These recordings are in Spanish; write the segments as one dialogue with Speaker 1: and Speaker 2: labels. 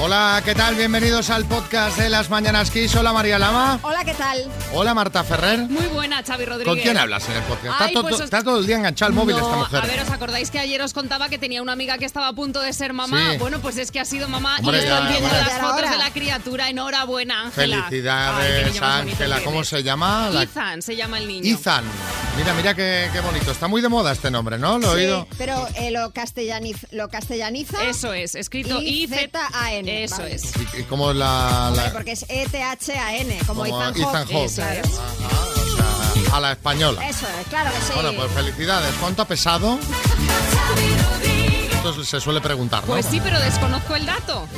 Speaker 1: Hola, ¿qué tal? Bienvenidos al podcast de Las Mañanas Kiss. Hola, María Lama.
Speaker 2: Hola, ¿qué tal?
Speaker 1: Hola, Marta Ferrer.
Speaker 3: Muy buena, Xavi Rodríguez.
Speaker 1: ¿Con quién hablas en el podcast?
Speaker 3: Ay,
Speaker 1: está, to-
Speaker 3: pues os-
Speaker 1: está todo el día enganchado al móvil
Speaker 3: No,
Speaker 1: esta mujer.
Speaker 3: A ver, ¿os acordáis que ayer os contaba que tenía una amiga que estaba a punto de ser mamá?
Speaker 1: Sí.
Speaker 3: Bueno, pues es que ha sido mamá
Speaker 1: Hombre,
Speaker 3: y están
Speaker 1: ya,
Speaker 3: viendo
Speaker 1: bueno.
Speaker 3: las fotos
Speaker 2: Ahora.
Speaker 3: de la criatura. Enhorabuena, Ángela. Ay, qué
Speaker 1: Felicidades,
Speaker 3: niño más bonito
Speaker 1: Ángela.
Speaker 3: que
Speaker 1: ¿Cómo
Speaker 3: eres.
Speaker 1: se llama? La-
Speaker 3: Ethan se llama el niño.
Speaker 1: Ethan. Mira, mira qué, qué bonito. Está muy de moda este nombre, ¿no? Lo he oído.
Speaker 2: Sí, pero eh, lo, castellaniz- lo castellaniza.
Speaker 3: Eso es, escrito
Speaker 2: Y Z-A-N,
Speaker 3: Eso
Speaker 2: vale.
Speaker 3: es.
Speaker 1: ¿Y, y cómo es la, la-
Speaker 2: Hombre, porque es E E-T-H-A-N, como,
Speaker 1: como
Speaker 2: Ethan
Speaker 1: Ethan
Speaker 2: Hawke.
Speaker 1: Hawke?
Speaker 3: eso
Speaker 2: Claro.
Speaker 3: es.
Speaker 1: Ajá, o sea, a la española.
Speaker 2: Eso es, claro que sí.
Speaker 1: Bueno, pues felicidades. ¿Cuánto ha pesado? Esto se suele preguntar, ¿no?
Speaker 3: Pues sí, pero desconozco el dato.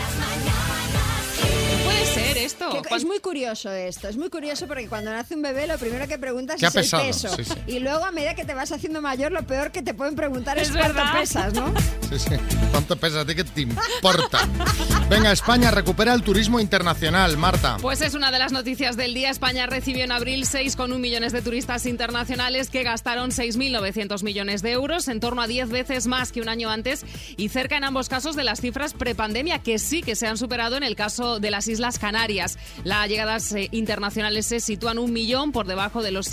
Speaker 3: Puede ser esto.
Speaker 2: Que
Speaker 3: Cuan-
Speaker 2: es muy curioso esto, es muy curioso porque cuando nace un bebé lo primero que preguntas
Speaker 1: ¿Qué ha
Speaker 2: es el
Speaker 1: pesado?
Speaker 2: peso.
Speaker 1: Sí, sí.
Speaker 2: Y luego a medida que te vas haciendo mayor lo peor que te pueden preguntar es,
Speaker 3: Es
Speaker 2: cuánto
Speaker 3: verdad.
Speaker 2: pesas, ¿no?
Speaker 1: Sí, sí. ¿Cuánto pesa a ti que te importa? Venga, España recupera el turismo internacional, Marta.
Speaker 3: Pues es una de las noticias del día. España recibió en abril 6,1 millones de turistas internacionales que gastaron 6.900 millones de euros, en torno a 10 veces más que un año antes y cerca en ambos casos de las cifras prepandemia, que sí que se han superado en el caso de las Islas Canarias. Las llegadas eh, internacionales se sitúan un millón por debajo de los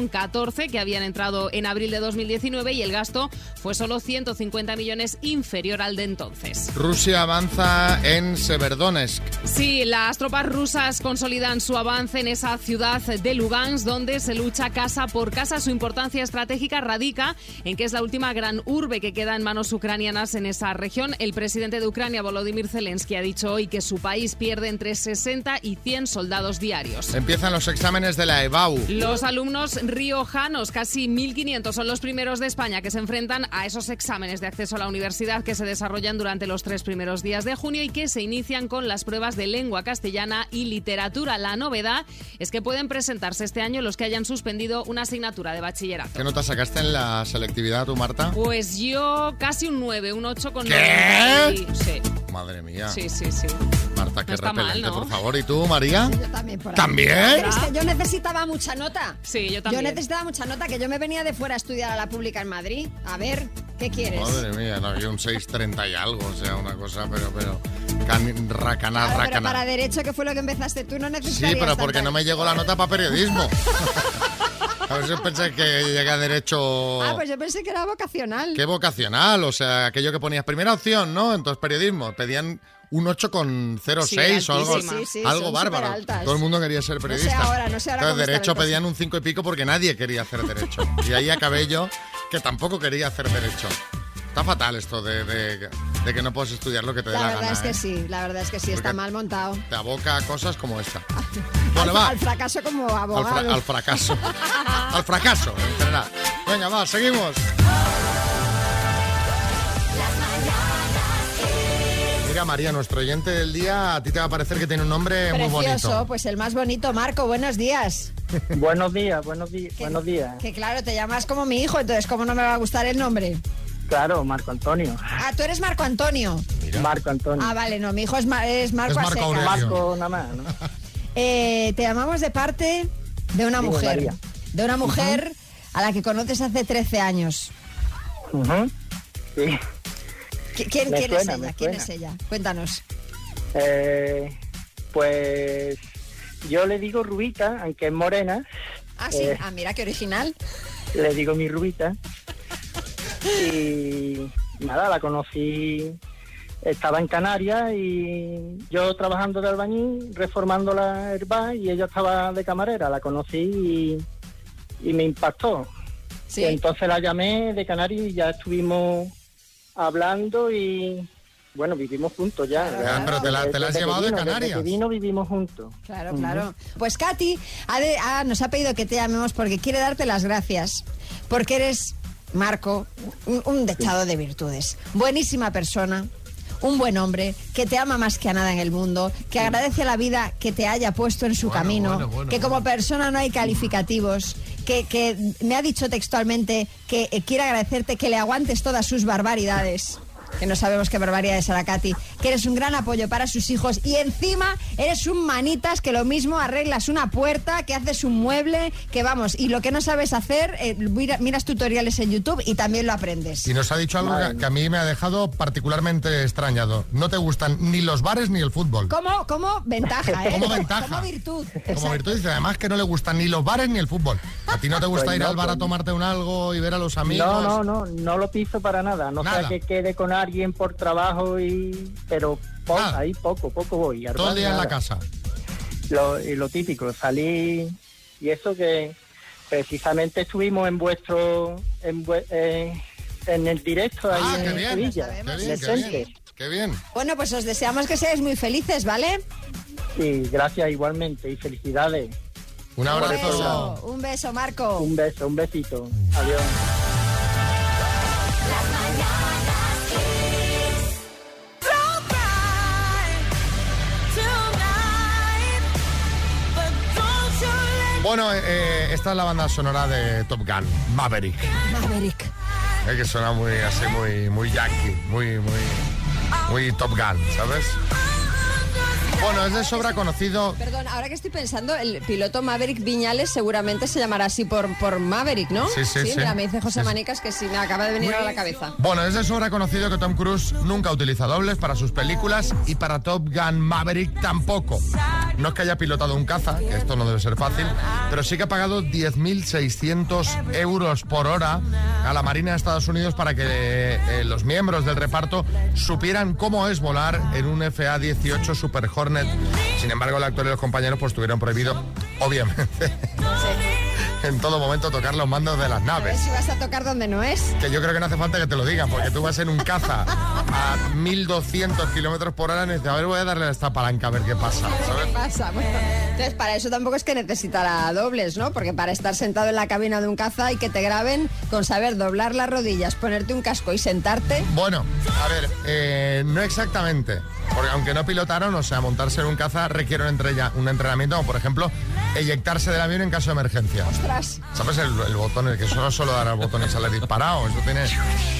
Speaker 3: 7,14 que habían entrado en abril de 2019 y el gasto fue solo 150 millones inferior al de entonces.
Speaker 1: Rusia avanza en Severdonesk.
Speaker 3: Sí, las tropas rusas consolidan su avance en esa ciudad de Lugansk, donde se lucha casa por casa. Su importancia estratégica radica en que es la última gran urbe que queda en manos ucranianas en esa región. El presidente de Ucrania, Volodymyr Zelensky, ha dicho hoy que su país pierde entre 60 y 100 soldados diarios.
Speaker 1: Empiezan los exámenes de la E EBAU.
Speaker 3: Los alumnos riojanos, casi 1.500, son los primeros de España que se enfrentan a esos exámenes de acceso a la universidad que se desarrollan durante los tres primeros días de junio y que se inician con las pruebas de lengua castellana y literatura. La novedad es que pueden presentarse este año los que hayan suspendido una asignatura de bachillerato.
Speaker 1: ¿Qué nota sacaste en la selectividad tú, Marta?
Speaker 3: Pues yo casi un 9, un 8 con
Speaker 1: ¿Qué?
Speaker 3: 90 y- Sí,
Speaker 1: Madre mía.
Speaker 3: sí, sí, sí.
Speaker 1: Marta, qué
Speaker 3: No está mal,
Speaker 1: repelente,
Speaker 3: ¿no?
Speaker 1: por favor. ¿Y tú, María?
Speaker 2: Yo también por ahí.
Speaker 1: ¿También?
Speaker 2: Pero es que yo necesitaba mucha nota.
Speaker 3: Sí, yo también.
Speaker 2: Yo necesitaba mucha nota, que yo me venía de fuera a estudiar a la pública en Madrid. A ver, ¿qué quieres?
Speaker 1: Madre mía, no, yo un 6.30 y algo, o sea, una cosa, pero, pero, can- racaná,
Speaker 2: Claro, pero
Speaker 1: racaná.
Speaker 2: para derecho, que fue lo que empezaste tú, no necesitarías
Speaker 1: Sí, pero porque
Speaker 2: tanta-
Speaker 1: no me llegó la nota para periodismo. A ver si pensé que llega a derecho...
Speaker 2: Ah, pues yo pensé que era vocacional.
Speaker 1: Qué vocacional, o sea, aquello que ponías primera opción, ¿no? Entonces periodismo, pedían un 8,06
Speaker 3: Sí,
Speaker 1: o algo,
Speaker 3: altísima.
Speaker 2: Sí, sí,
Speaker 1: algo
Speaker 2: son
Speaker 1: bárbaro.
Speaker 2: superaltas.
Speaker 1: Todo el mundo quería ser
Speaker 2: sé
Speaker 1: periodista.
Speaker 2: ahora, no sé ahora
Speaker 1: Entonces
Speaker 2: cómo
Speaker 1: derecho
Speaker 2: estará el
Speaker 1: pedían un 5 y pico porque nadie quería hacer derecho. y ahí acabé yo que tampoco quería hacer derecho. Está fatal esto de, de- de que no puedes estudiar lo que te dé
Speaker 2: la
Speaker 1: la,
Speaker 2: verdad
Speaker 1: gana.
Speaker 2: es que
Speaker 1: ¿eh?
Speaker 2: sí, la verdad es que sí, está
Speaker 1: Porque-
Speaker 2: mal montado.
Speaker 1: Te aboca a cosas como esta.
Speaker 2: Ah,
Speaker 1: Bueno,
Speaker 2: al,
Speaker 1: va.
Speaker 2: al fracaso como
Speaker 1: Al, fra-
Speaker 2: abogado.
Speaker 1: al fracaso. al fracaso, en general. Venga, va, seguimos. Mira, María, nuestro oyente del día, a ti te va a parecer que tiene un nombre muy
Speaker 2: Precioso,
Speaker 1: bonito.
Speaker 2: pues el más bonito, Marco, buenos días.
Speaker 4: Buenos días, buenos días,
Speaker 2: Que-
Speaker 4: buenos días.
Speaker 2: Que claro, te llamas como mi hijo, entonces cómo no me va a gustar el nombre.
Speaker 4: Claro, Marco Antonio.
Speaker 2: Ah, tú eres Marco Antonio.
Speaker 4: Marco Antonio.
Speaker 2: Ah, vale, no, mi hijo es, Ma- es Marco
Speaker 1: Es Marco
Speaker 2: Asecas.
Speaker 1: Aurelio.
Speaker 4: Marco nada más, ¿no?
Speaker 2: Eh, te llamamos de parte de una
Speaker 4: Digo,
Speaker 2: mujer.
Speaker 4: María.
Speaker 2: De una mujer a la que conoces hace 13 años.
Speaker 4: Ujú. Sí.
Speaker 2: ¿Qui- ¿Quién,
Speaker 4: Me
Speaker 2: quién
Speaker 4: suena,
Speaker 2: es ella?
Speaker 4: me
Speaker 2: ¿Quién
Speaker 4: suena.
Speaker 2: es ella? Cuéntanos.
Speaker 4: Eh, pues yo le digo Rubita, aunque es morena,
Speaker 2: Ah, sí.
Speaker 4: Eh.
Speaker 2: Ah, mira, qué original.
Speaker 4: le digo mi Rubita. Y nada, la conocí, estaba en Canarias y yo trabajando de albañil, reformando la herba y ella estaba de camarera, la conocí y, y me impactó.
Speaker 2: Sí.
Speaker 4: Y entonces la llamé de Canarias y ya estuvimos hablando y bueno, vivimos juntos ya.
Speaker 2: Claro,
Speaker 4: Ya,
Speaker 2: claro.
Speaker 1: Pero te la-
Speaker 4: desde-
Speaker 1: te la has
Speaker 4: desde que
Speaker 1: llevado de
Speaker 4: vino,
Speaker 1: Canarias.
Speaker 4: Desde que vino vivimos juntos.
Speaker 2: Claro,
Speaker 4: Ujú.
Speaker 2: claro. Pues Katy ha de- ah, nos ha pedido que te llamemos porque quiere darte las gracias. Porque eres, Marco, un, un dechado de virtudes. Buenísima persona, un buen hombre, que te ama más que a nada en el mundo, que agradece a la vida que te haya puesto en su
Speaker 1: Bueno,
Speaker 2: camino,
Speaker 1: bueno, bueno,
Speaker 2: que como persona no hay calificativos. Que, que me ha dicho textualmente que eh, quiere agradecerte que le aguantes todas sus barbaridades. que no sabemos qué barbaridad es Aracati, que eres un gran apoyo para sus hijos y encima eres un manitas que lo mismo arreglas una puerta, que haces un mueble, que vamos, y lo que no sabes hacer, eh, mira- miras tutoriales en YouTube y también lo aprendes.
Speaker 1: Y nos ha dicho algo
Speaker 4: Madre
Speaker 1: que,
Speaker 4: mía.
Speaker 1: que a mí me ha dejado particularmente extrañado. No te gustan ni los bares ni el fútbol.
Speaker 2: Como, como ventaja, ¿eh?
Speaker 1: Como ventaja.
Speaker 2: Como virtud.
Speaker 1: Como
Speaker 2: Exacto.
Speaker 1: virtud dice, además que no le gustan ni los bares ni el fútbol. A ti no te gusta
Speaker 4: Pues
Speaker 1: ir
Speaker 4: no,
Speaker 1: al bar a
Speaker 4: pues no.
Speaker 1: tomarte un algo y ver a los amigos.
Speaker 4: No, no, no, no lo piso para nada. No
Speaker 1: Nada.
Speaker 4: sea que quede con alguien por trabajo y... Pero po-
Speaker 1: Nada.
Speaker 4: ahí poco, poco voy. al
Speaker 1: Todo el
Speaker 4: bar,
Speaker 1: día en la
Speaker 4: nada.
Speaker 1: casa.
Speaker 4: Lo, y lo típico, salir... Y eso que precisamente estuvimos en vuestro... En, vue- eh, en el directo ahí
Speaker 1: Ah,
Speaker 4: en
Speaker 1: qué bien.
Speaker 4: Sevilla.
Speaker 1: Qué
Speaker 2: sabemos,
Speaker 4: en
Speaker 1: bien,
Speaker 4: el
Speaker 1: qué bien.
Speaker 4: Center.
Speaker 1: Qué bien.
Speaker 2: Bueno, pues os deseamos que seáis muy felices, ¿vale?
Speaker 4: Y gracias igualmente y felicidades.
Speaker 1: Un
Speaker 2: Un
Speaker 1: abrazo.
Speaker 2: beso, un beso, Marco.
Speaker 4: Un beso, un besito. Adiós.
Speaker 1: Bueno, eh, eh, esta es la banda sonora de Top Gun, Maverick.
Speaker 2: Maverick.
Speaker 1: Es que suena muy así, muy, muy yankee, muy, muy, muy Top Gun, ¿sabes? Bueno, es de sobra conocido.
Speaker 2: Perdón, ahora que estoy pensando, el piloto Maverick Viñales seguramente se llamará así por, por Maverick, ¿no?
Speaker 1: Sí, sí, sí.
Speaker 2: mira, me dice José
Speaker 1: Sí, sí.
Speaker 2: Manicas que sí, me acaba de venir a la cabeza.
Speaker 1: Bueno, es de sobra conocido que Tom Cruise nunca utiliza dobles para sus películas y para Top Gun Maverick tampoco. No es que haya pilotado un caza, que esto no debe ser fácil, pero sí que ha pagado 10.600 euros por hora a la Marina de Estados Unidos para que eh, los miembros del reparto supieran cómo es volar en un FA-18 Super Hornet. Sin embargo, el actor y los compañeros pues tuvieron prohibido, obviamente, en todo momento tocar los mandos de las
Speaker 2: A ver
Speaker 1: naves.
Speaker 2: si vas a tocar donde no es.
Speaker 1: Que yo creo que no hace falta que te lo digan, porque tú vas en un caza a 1200 kilómetros por hora y dices, a ver, voy a darle a esta palanca a ver qué pasa, ¿sabes?
Speaker 2: ¿Qué pasa? Bueno, entonces para eso tampoco es que necesitará dobles, ¿no? Porque para estar sentado en la cabina de un caza y que te graben con saber doblar las rodillas, ponerte un casco y sentarte.
Speaker 1: Bueno, a ver, eh, no exactamente, porque aunque no pilotaron, o sea, montarse en un caza requiere un, entrella- un entrenamiento, como por ejemplo, eyectarse del avión en caso de emergencia.
Speaker 2: Ostras.
Speaker 1: ¿Sabes el, el botón? El que solo solo dar al botón y sale disparado, eso tiene,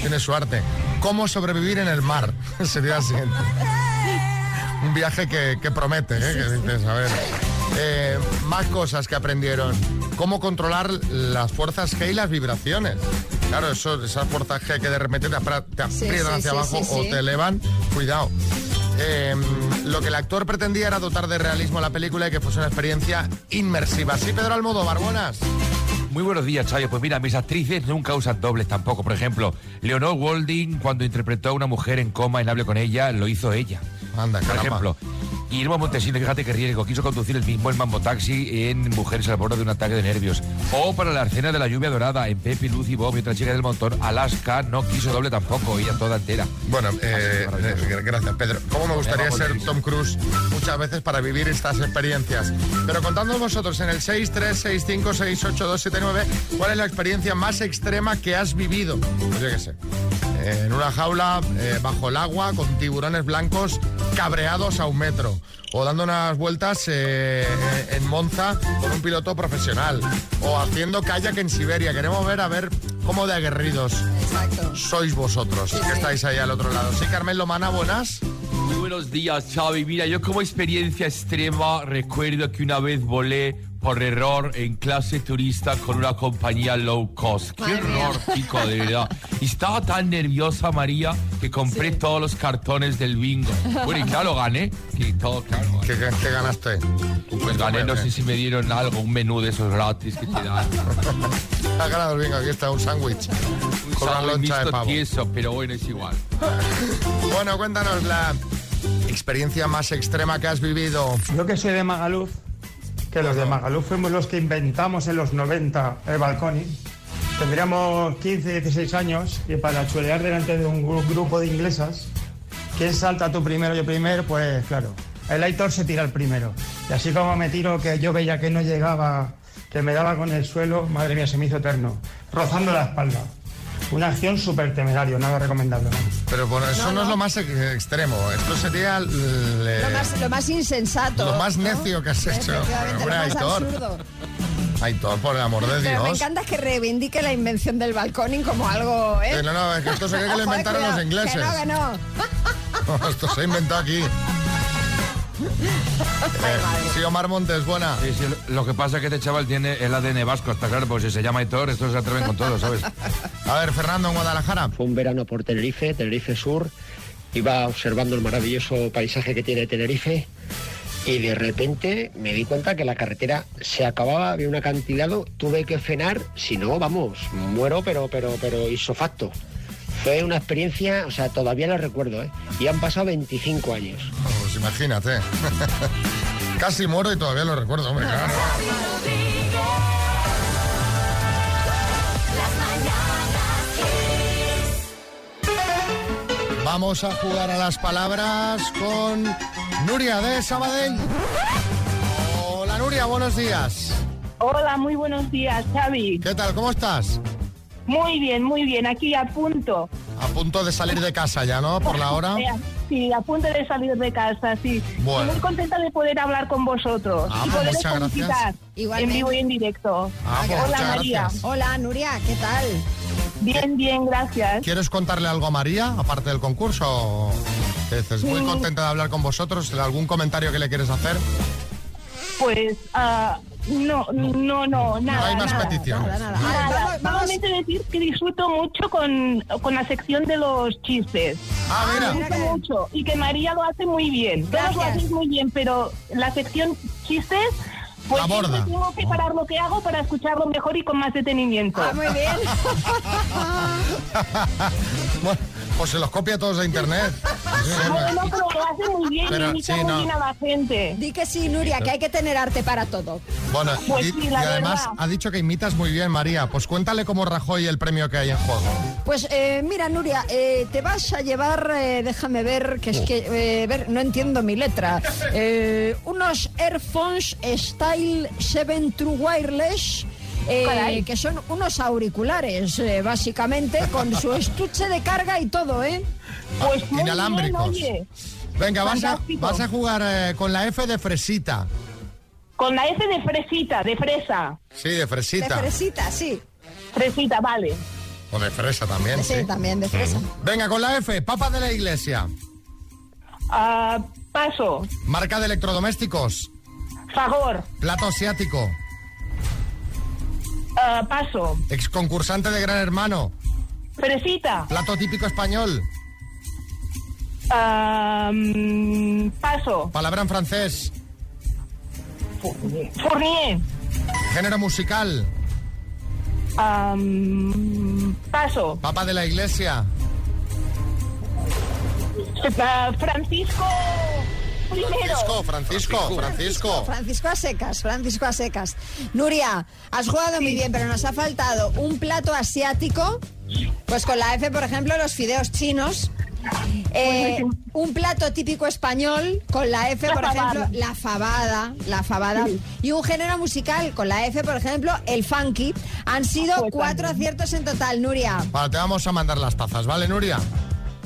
Speaker 1: tiene su arte. ¿Cómo sobrevivir en el mar? Sería así. Un viaje que, que promete, ¿eh? que dices, a ver. Eh, más cosas que aprendieron. Cómo controlar las fuerzas G y las vibraciones. Claro, eso, esas fuerzas G que de repente te, apra- te
Speaker 2: Sí,
Speaker 1: aprietan
Speaker 2: sí,
Speaker 1: hacia
Speaker 2: sí,
Speaker 1: abajo
Speaker 2: sí,
Speaker 1: o
Speaker 2: sí.
Speaker 1: te elevan, cuidado. Eh, lo que el actor pretendía era dotar de realismo a la película y que fuese una experiencia inmersiva. Sí, Pedro Almodóvar, buenas.
Speaker 5: Muy buenos días, Chayo. Pues mira, mis actrices nunca usan dobles tampoco. Por ejemplo, Leonor Walding, cuando interpretó a una mujer en coma en Hable con ella, lo hizo ella.
Speaker 1: Anda,
Speaker 5: Por
Speaker 1: caramba.
Speaker 5: ejemplo, Irma Montesinos, fíjate qué riesgo, quiso conducir el mismo el mambo taxi en Mujeres al borde de un ataque de nervios. O para la escena de la lluvia dorada en Pepe, Luz y Bob y otra chica del montón, Alaska, no quiso doble tampoco, ella toda entera.
Speaker 1: Bueno,
Speaker 5: Así que
Speaker 1: eh,
Speaker 5: maravilloso.
Speaker 1: eh, gracias Pedro. ¿Cómo me gustaría
Speaker 5: vamos,
Speaker 1: ser
Speaker 5: Luis.
Speaker 1: Tom Cruise muchas veces para vivir estas experiencias? Pero contando vosotros en el 636568279, ¿cuál es la experiencia más extrema que has vivido? Pues yo qué sé. eh, en una jaula, eh, bajo el agua, con tiburones blancos cabreados a un metro. O dando unas vueltas eh, eh, en Monza con un piloto profesional. O haciendo kayak en Siberia. Queremos ver a ver cómo de aguerridos
Speaker 2: Exacto.
Speaker 1: sois vosotros que estáis ahí al otro lado. Pues Sí, Carmen Lomana, buenas.
Speaker 5: Muy buenos días, Xavi. Mira, yo como experiencia extrema recuerdo que una vez volé por error en clase turista con una compañía low cost. Qué
Speaker 2: Madre mía.
Speaker 5: error, chico, de verdad. Y estaba tan nerviosa, María, que compré todos los cartones del bingo. Bueno, y claro, gané. Y todo, claro, gané.
Speaker 1: ¿Qué, qué- qué ganaste?
Speaker 5: Pues gané, no sé si me dieron algo, un menú de esos gratis que te dan.
Speaker 1: Has ganado el bingo, aquí está un sándwich.
Speaker 5: Un
Speaker 1: Con una
Speaker 5: sándwich
Speaker 1: loncha de
Speaker 5: mixto
Speaker 1: pavo.
Speaker 5: tieso, pero bueno, es igual.
Speaker 1: Bueno, cuéntanos la experiencia más extrema que has vivido.
Speaker 6: Yo que soy de Magaluf, que los de Magaluf fuimos los que inventamos en los 90 el balcón. Tendríamos 15, 16 años y para chulear delante de un gru- grupo de inglesas, ¿quién salta tú primero, yo primero? Pues claro, el Aitor se tira el primero. Y así como me tiro, que yo veía que no llegaba, que me daba con el suelo, madre mía, se me hizo eterno, rozando la espalda. Una acción súper temerario, nada recomendable. ¿no?
Speaker 1: Pero bueno, eso no, es lo más ex- extremo. Esto sería el, eh,
Speaker 2: Lo más, lo más insensato.
Speaker 1: lo más
Speaker 2: ¿no?
Speaker 1: necio que has hecho.
Speaker 2: Efectivamente,
Speaker 1: Hombre,
Speaker 2: lo más
Speaker 1: Aitor.
Speaker 2: absurdo.
Speaker 1: Ay, todo por el amor de
Speaker 2: Pero me
Speaker 1: Dios.
Speaker 2: encanta que reivindique la invención del balconing como algo, ¿eh?
Speaker 1: Eh, no, no, es que esto se cree que lo
Speaker 2: Joder,
Speaker 1: inventaron
Speaker 2: cuidado,
Speaker 1: los ingleses.
Speaker 2: Que no, que no.
Speaker 1: Esto se ha inventado aquí. Eh, sí, Omar Montes, buena.
Speaker 5: Sí, sí, lo- lo que pasa es que este chaval tiene el ADN vasco, está claro, porque si se llama Hitor, estos se atreven con todo, ¿sabes?
Speaker 1: A ver, Fernando en Guadalajara.
Speaker 7: Fue un verano por Tenerife, Tenerife Sur. Iba observando el maravilloso paisaje que tiene Tenerife y de repente me di cuenta que la carretera se acababa, había un acantilado, tuve que frenar, si no, vamos, muero, pero, pero, pero isofacto. Fue una experiencia, o sea, todavía la recuerdo, ¿eh? Y han pasado 25 años.
Speaker 1: Pues imagínate. Casi muero y todavía lo recuerdo, hombre, claro. Vamos a jugar a las palabras con Nuria de Sabadell. Hola Nuria, buenos días.
Speaker 8: Hola, muy buenos días, Xavi.
Speaker 1: ¿Qué tal? ¿Cómo estás?
Speaker 8: Muy bien, muy bien, aquí a punto.
Speaker 1: A punto de salir de casa ya, ¿no? Por la hora.
Speaker 8: Eh, Sí, a punto de salir de casa, sí.
Speaker 1: Bueno.
Speaker 8: Y Muy contenta de poder hablar con vosotros
Speaker 1: Ah,
Speaker 8: y
Speaker 1: pues
Speaker 8: poder
Speaker 1: muchas gracias.
Speaker 8: felicitar en
Speaker 2: Igualmente.
Speaker 8: vivo y en directo.
Speaker 1: Ah, pues
Speaker 8: Hola,
Speaker 1: muchas
Speaker 8: María.
Speaker 1: gracias.
Speaker 2: Hola, Nuria, ¿qué tal?
Speaker 8: Bien, bien, gracias.
Speaker 1: ¿Quieres contarle algo a María, aparte del concurso? o qué dices? Muy contenta de hablar con vosotros. ¿Algún comentario que le quieres hacer?
Speaker 8: Pues ah, no, no, no, nada.
Speaker 1: no hay más
Speaker 8: nada.
Speaker 1: peticiones.
Speaker 2: Nada, nada.
Speaker 8: Nada,
Speaker 2: Vale, vamos, vamos.
Speaker 8: solamente decir que disfruto mucho con, con la sección de los chistes.
Speaker 1: Ah, mira.
Speaker 2: mira.
Speaker 8: Disfruto mucho y que María lo hace muy bien. Todos lo
Speaker 2: Gracias.
Speaker 8: hacéis muy bien, pero la sección chistes, pues
Speaker 1: La
Speaker 8: siempre
Speaker 1: borda.
Speaker 8: tengo que parar lo que hago para escucharlo mejor y con más detenimiento.
Speaker 2: Ah, muy bien.
Speaker 1: Bueno, pues se los copia todos de internet. Sí, bueno.
Speaker 8: Bueno, pero lo hace muy bien
Speaker 1: Pero,
Speaker 8: y imita
Speaker 1: sí,
Speaker 8: muy
Speaker 1: no.
Speaker 8: bien a la gente.
Speaker 2: Di que sí, Nuria, que hay que tener arte para todo.
Speaker 1: Bueno,
Speaker 8: Pues
Speaker 1: y,
Speaker 8: sí,
Speaker 1: y
Speaker 8: la
Speaker 1: además
Speaker 8: verdad.
Speaker 1: ha dicho que imitas muy bien, María. Pues cuéntale cómo Rajoy el premio que hay en juego.
Speaker 2: Pues eh, mira, Nuria, eh, te vas a llevar, eh, déjame ver, que es que eh, ver, no entiendo mi letra, eh, unos Airphones Style 7 True Wireless. eh,
Speaker 8: Caray.
Speaker 2: que son unos auriculares, eh, básicamente, con su estuche de carga y todo, ¿eh?
Speaker 8: Pues muy bien,
Speaker 1: Inalámbricos.
Speaker 8: oye.
Speaker 1: Venga, vas a,
Speaker 8: Fantástico.
Speaker 1: vas a jugar eh, con la F de fresita.
Speaker 8: Con la F de fresita, de fresa.
Speaker 1: Sí, de
Speaker 2: De
Speaker 1: fresita.
Speaker 2: fresita, sí.
Speaker 8: Fresita, vale.
Speaker 1: O de fresa también,
Speaker 2: Sí,
Speaker 1: sí.
Speaker 2: también de fresa.
Speaker 1: Venga, con la F, papa de la iglesia.
Speaker 8: Ah, paso,
Speaker 1: Marca de electrodomésticos.
Speaker 8: favor,
Speaker 1: Plato asiático.
Speaker 8: ah, paso.
Speaker 1: Ex concursante de Gran Hermano.
Speaker 8: Fresita,
Speaker 1: Plato típico español.
Speaker 8: ah, mm, paso.
Speaker 1: Palabra en francés.
Speaker 8: Fournier,
Speaker 1: Género musical.
Speaker 8: ah, mm, paso.
Speaker 1: Papa de la iglesia.
Speaker 8: Ah, Francisco primero.
Speaker 1: Francisco, Francisco, Francisco.
Speaker 2: Francisco a secas, Francisco a secas. Nuria, has jugado muy bien, pero nos ha faltado un plato asiático, pues con la F, por ejemplo, los fideos chinos. Eh, un plato típico español con la F,
Speaker 8: La
Speaker 2: por
Speaker 8: fabada.
Speaker 2: ejemplo, la fabada, la fabada. Y un género musical con la F, por ejemplo, el funky. Han sido
Speaker 8: Pues
Speaker 2: cuatro aciertos en total, Nuria.
Speaker 1: Vale, te vamos a mandar las tazas, ¿vale, Nuria?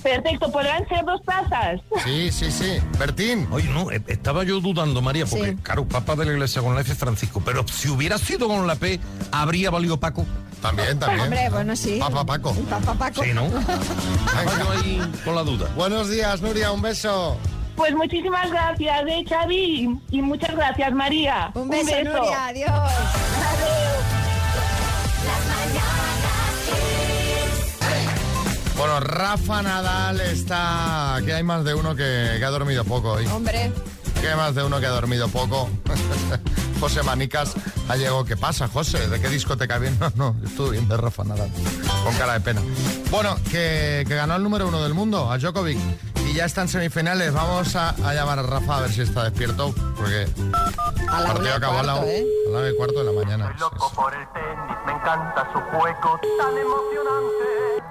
Speaker 8: Perfecto, podrán ser dos tazas.
Speaker 1: Sí, sí, sí. Bertín.
Speaker 9: Oye, no, eh, estaba yo dudando, María, porque,
Speaker 2: Sí.
Speaker 9: claro, Papa de la Iglesia con la F es Francisco, pero si hubiera sido con la P, ¿habría valido Paco?
Speaker 1: También, también.
Speaker 2: Hombre, bueno, sí.
Speaker 1: Papa Paco.
Speaker 2: Papá Paco.
Speaker 9: Sí, ¿no? Estaba yo
Speaker 1: Venga.
Speaker 9: ahí con la duda.
Speaker 1: Buenos días, Nuria, un beso.
Speaker 8: Pues muchísimas gracias, eh, Xavi, y muchas gracias, María.
Speaker 2: Un beso, Nuria. Adiós.
Speaker 1: Bueno, Rafa Nadal está... Aquí hay más de uno que, que ha dormido poco hoy.
Speaker 2: Hombre.
Speaker 1: Que más de uno que ha dormido poco. José Manicas ha llegado. ¿Qué pasa, José? ¿De qué discoteca viene? No, no, estuve bien de Rafa Nadal. Con cara de pena. Bueno, que, que ganó el número uno del mundo, a Djokovic. Y ya está en semifinales. Vamos a, a llamar a Rafa a ver si está despierto. Porque el
Speaker 2: A la
Speaker 1: partido
Speaker 2: una y
Speaker 1: acabó a la
Speaker 2: cuarto, ¿eh?
Speaker 1: a la una y cuarto de la mañana. Sí, sí.
Speaker 10: por el tenis, me encanta su juego tan emocionante.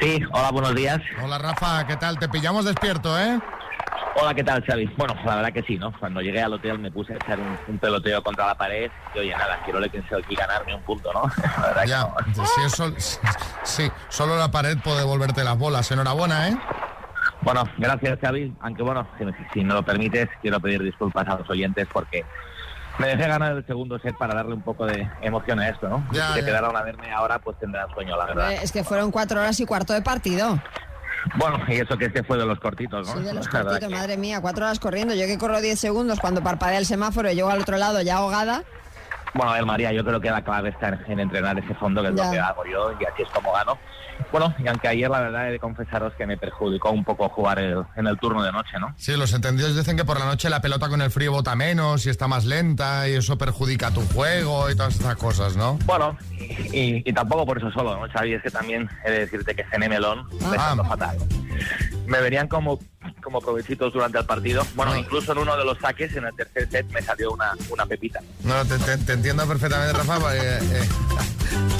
Speaker 7: Sí, hola, buenos días.
Speaker 1: Hola, Rafa, ¿qué tal? Te pillamos despierto, ¿eh?
Speaker 7: Hola, ¿qué tal, Xavi? Bueno, pues la verdad que sí, ¿no? Cuando llegué al hotel me puse a echar un, un peloteo contra la pared y oye, nada, quiero le consigo aquí ganarme un punto, ¿no? La verdad que
Speaker 1: Ya,
Speaker 7: no.
Speaker 1: sí, eso, sí, solo la pared puede devolverte las bolas. Enhorabuena, ¿eh?
Speaker 7: Bueno, gracias, Xavi. Aunque bueno, si, si me lo permites, quiero pedir disculpas a los oyentes porque
Speaker 11: Me dejé ganar el segundo set para darle un poco de emoción a esto, ¿no?
Speaker 2: Ya,
Speaker 11: si te
Speaker 2: ya.
Speaker 11: quedara una verne ahora, pues tendrás sueño, la verdad.
Speaker 2: Eh, Es que fueron cuatro horas y cuarto de partido.
Speaker 11: Bueno, y eso que este fue de los cortitos, ¿no?
Speaker 2: Sí, de los
Speaker 11: La verdad
Speaker 2: cortitos,
Speaker 11: que-
Speaker 2: madre mía, cuatro horas corriendo. Yo que corro 10 segundos cuando parpadea el semáforo y llego al otro lado ya ahogada.
Speaker 11: Bueno, a ver, María, yo creo que la clave está en, en entrenar ese fondo, que es
Speaker 2: Ya.
Speaker 11: lo que hago yo, y así es como gano. Bueno, y aunque ayer la verdad he de confesaros que me perjudicó un poco jugar el- en el turno de noche, ¿no?
Speaker 1: Sí, los entendidos dicen que por la noche la pelota con el frío bota menos y está más lenta y eso perjudica tu juego y todas estas cosas, ¿no?
Speaker 11: Bueno, y, y tampoco por eso solo, ¿no, Xavi? Es que también he de decirte que cené melón, pensando fatal. Me venían como, como provecitos durante el partido. Bueno, incluso en uno de los saques, en el tercer set, me salió una, una pepita.
Speaker 1: No, te, te- te entiendo perfectamente, Rafa. porque, eh,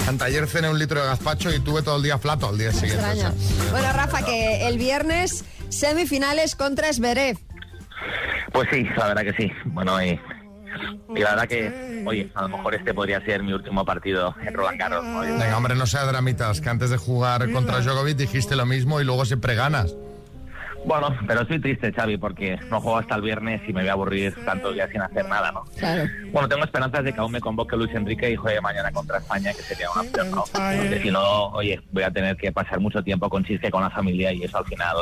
Speaker 1: anteayer cené un litro de gazpacho y tuve todo el día plato al día siguiente.
Speaker 2: Extraña.
Speaker 1: o sea.
Speaker 2: Bueno, Rafa, que el viernes semifinales contra Esberev.
Speaker 11: Pues sí, la verdad que sí. Bueno, y, y la verdad que, oye, a lo mejor este podría ser mi último partido en Roland Garros. ¿no?
Speaker 1: Venga, hombre, no sea dramitas, que antes de jugar contra Djokovic dijiste lo mismo y luego siempre ganas.
Speaker 11: Bueno, pero estoy triste, Xavi, porque no juego hasta el viernes y me voy a aburrir tantos días sin hacer nada, ¿no?
Speaker 2: Claro.
Speaker 11: Bueno, tengo esperanzas de que aún me convoque Luis Enrique y juegue mañana contra España, que sería una opción, ¿no? Porque si no, oye, voy a tener que pasar mucho tiempo con Chisque, con la familia y eso al final,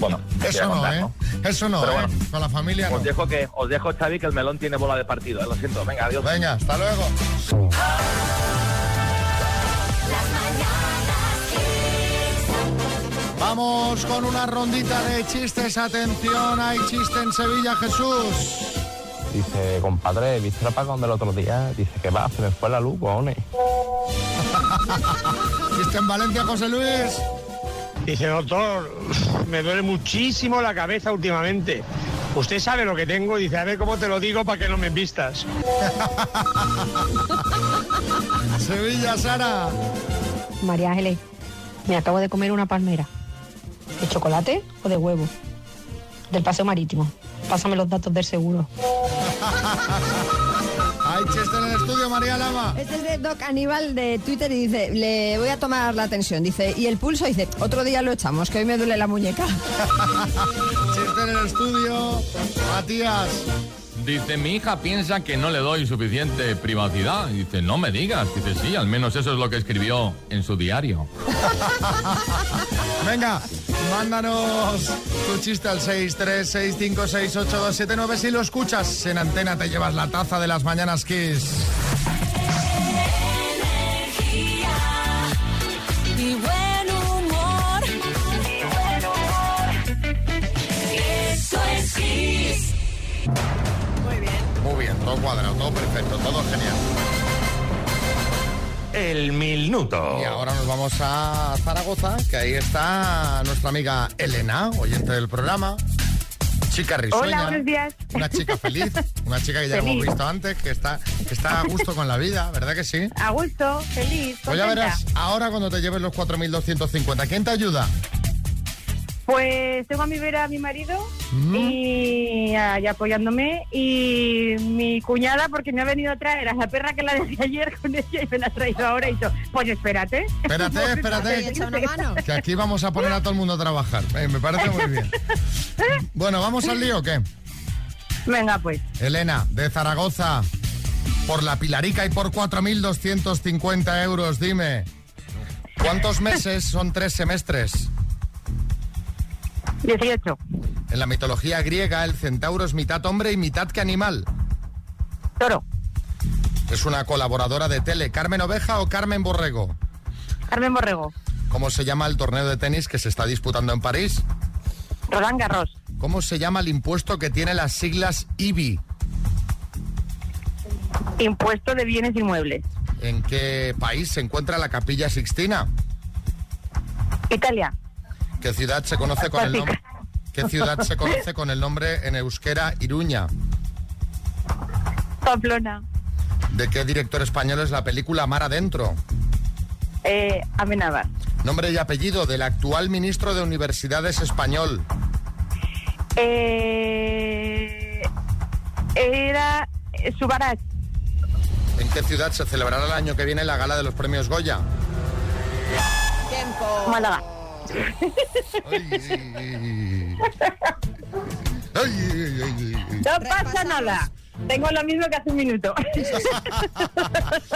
Speaker 11: bueno, te
Speaker 1: Eso
Speaker 11: quiero
Speaker 1: no,
Speaker 11: contar,
Speaker 1: ¿eh?
Speaker 11: ¿no?
Speaker 1: Eso no,
Speaker 11: Pero
Speaker 1: ¿eh?
Speaker 11: bueno.
Speaker 1: Con la familia no.
Speaker 11: Os dejo, que, os dejo, Xavi, que el melón tiene bola de partido, ¿eh? lo siento. Venga, adiós.
Speaker 1: Venga, hasta luego. Vamos con una rondita de chistes. Atención, hay chiste en Sevilla, Jesús.
Speaker 12: Dice, compadre, ¿viste el apagón del otro día? Dice, que va, se me fue la luz, cojones.
Speaker 1: Chiste en Valencia, José Luis.
Speaker 13: Dice, doctor, me duele muchísimo la cabeza últimamente. Usted sabe lo que tengo, dice, a ver cómo te lo digo para que no me vistas.
Speaker 1: Sevilla, Sara.
Speaker 14: María Ángeles, me acabo de comer una palmera. ¿De chocolate o de huevo? Del paseo marítimo. Pásame los datos del seguro.
Speaker 1: Hay chiste en el estudio, María Lama.
Speaker 2: Este es de Doc Aníbal de Twitter y dice, le voy a tomar la tensión. Dice, y el pulso dice, otro día lo echamos, que hoy me duele la muñeca.
Speaker 1: Chiste en el estudio, Matías.
Speaker 15: Dice, mi hija piensa que no le doy suficiente privacidad. Dice, no me digas. Dice, sí, al menos eso es lo que escribió en su diario.
Speaker 1: Venga, mándanos tu chiste al 636568279. Si lo escuchas en antena, te llevas la taza de las mañanas Kiss.
Speaker 10: Y buen humor. Y buen humor. Eso es Kiss.
Speaker 1: Muy bien, todo cuadrado, todo perfecto, todo genial.
Speaker 9: El minuto.
Speaker 1: Y ahora nos vamos a Zaragoza, que ahí está nuestra amiga Elena, oyente del programa. Chica risueña.
Speaker 16: Hola, buenos días.
Speaker 1: Una chica feliz, una chica que ya
Speaker 16: Feliz.
Speaker 1: hemos visto antes, que está, que está a gusto con la vida, ¿verdad que sí?
Speaker 16: A gusto, feliz.
Speaker 1: Pues ya
Speaker 16: contenta.
Speaker 1: verás, ahora cuando te lleves los 4.250, ¿quién te ayuda?
Speaker 16: Pues tengo a mi vera a mi marido y, ahí apoyándome y mi cuñada porque me ha venido a traer a la perra que la dejé ayer con ella y me la ha traído ahora y yo, pues espérate.
Speaker 1: Espérate, espérate. Que aquí vamos a poner a todo el mundo a trabajar. Eh, me parece muy bien. Bueno, ¿vamos al lío o qué?
Speaker 16: Venga, pues.
Speaker 1: Elena, de Zaragoza, por la Pilarica y por 4.250 euros, dime. ¿Cuántos meses son tres semestres?
Speaker 16: 18.
Speaker 1: En la mitología griega, el centauro es mitad hombre y mitad que animal.
Speaker 16: Toro.
Speaker 1: ¿Es una colaboradora de tele, Carmen Oveja o Carmen Borrego?
Speaker 16: Carmen Borrego.
Speaker 1: ¿Cómo se llama el torneo de tenis que se está disputando en París?
Speaker 16: Roland Garros.
Speaker 1: ¿Cómo se llama el impuesto que tiene las siglas IBI?
Speaker 16: Impuesto de bienes inmuebles.
Speaker 1: ¿En qué país se encuentra la Capilla Sixtina?
Speaker 16: Italia.
Speaker 1: ¿Qué ciudad se conoce con el nombre? ¿Qué ciudad se conoce con el nombre en euskera Iruña?
Speaker 16: Pamplona.
Speaker 1: ¿De qué director español es la película Mar Adentro?
Speaker 16: Eh, Amenábar.
Speaker 1: Nombre y apellido del actual ministro de Universidades español.
Speaker 16: Eh, era eh, Subarat.
Speaker 1: ¿En qué ciudad se celebrará el año que viene la gala de los premios Goya?
Speaker 16: Tiempo. Málaga.
Speaker 1: Ay, ay, ay, ay.
Speaker 16: No pasa nada. Tengo lo mismo que hace un minuto.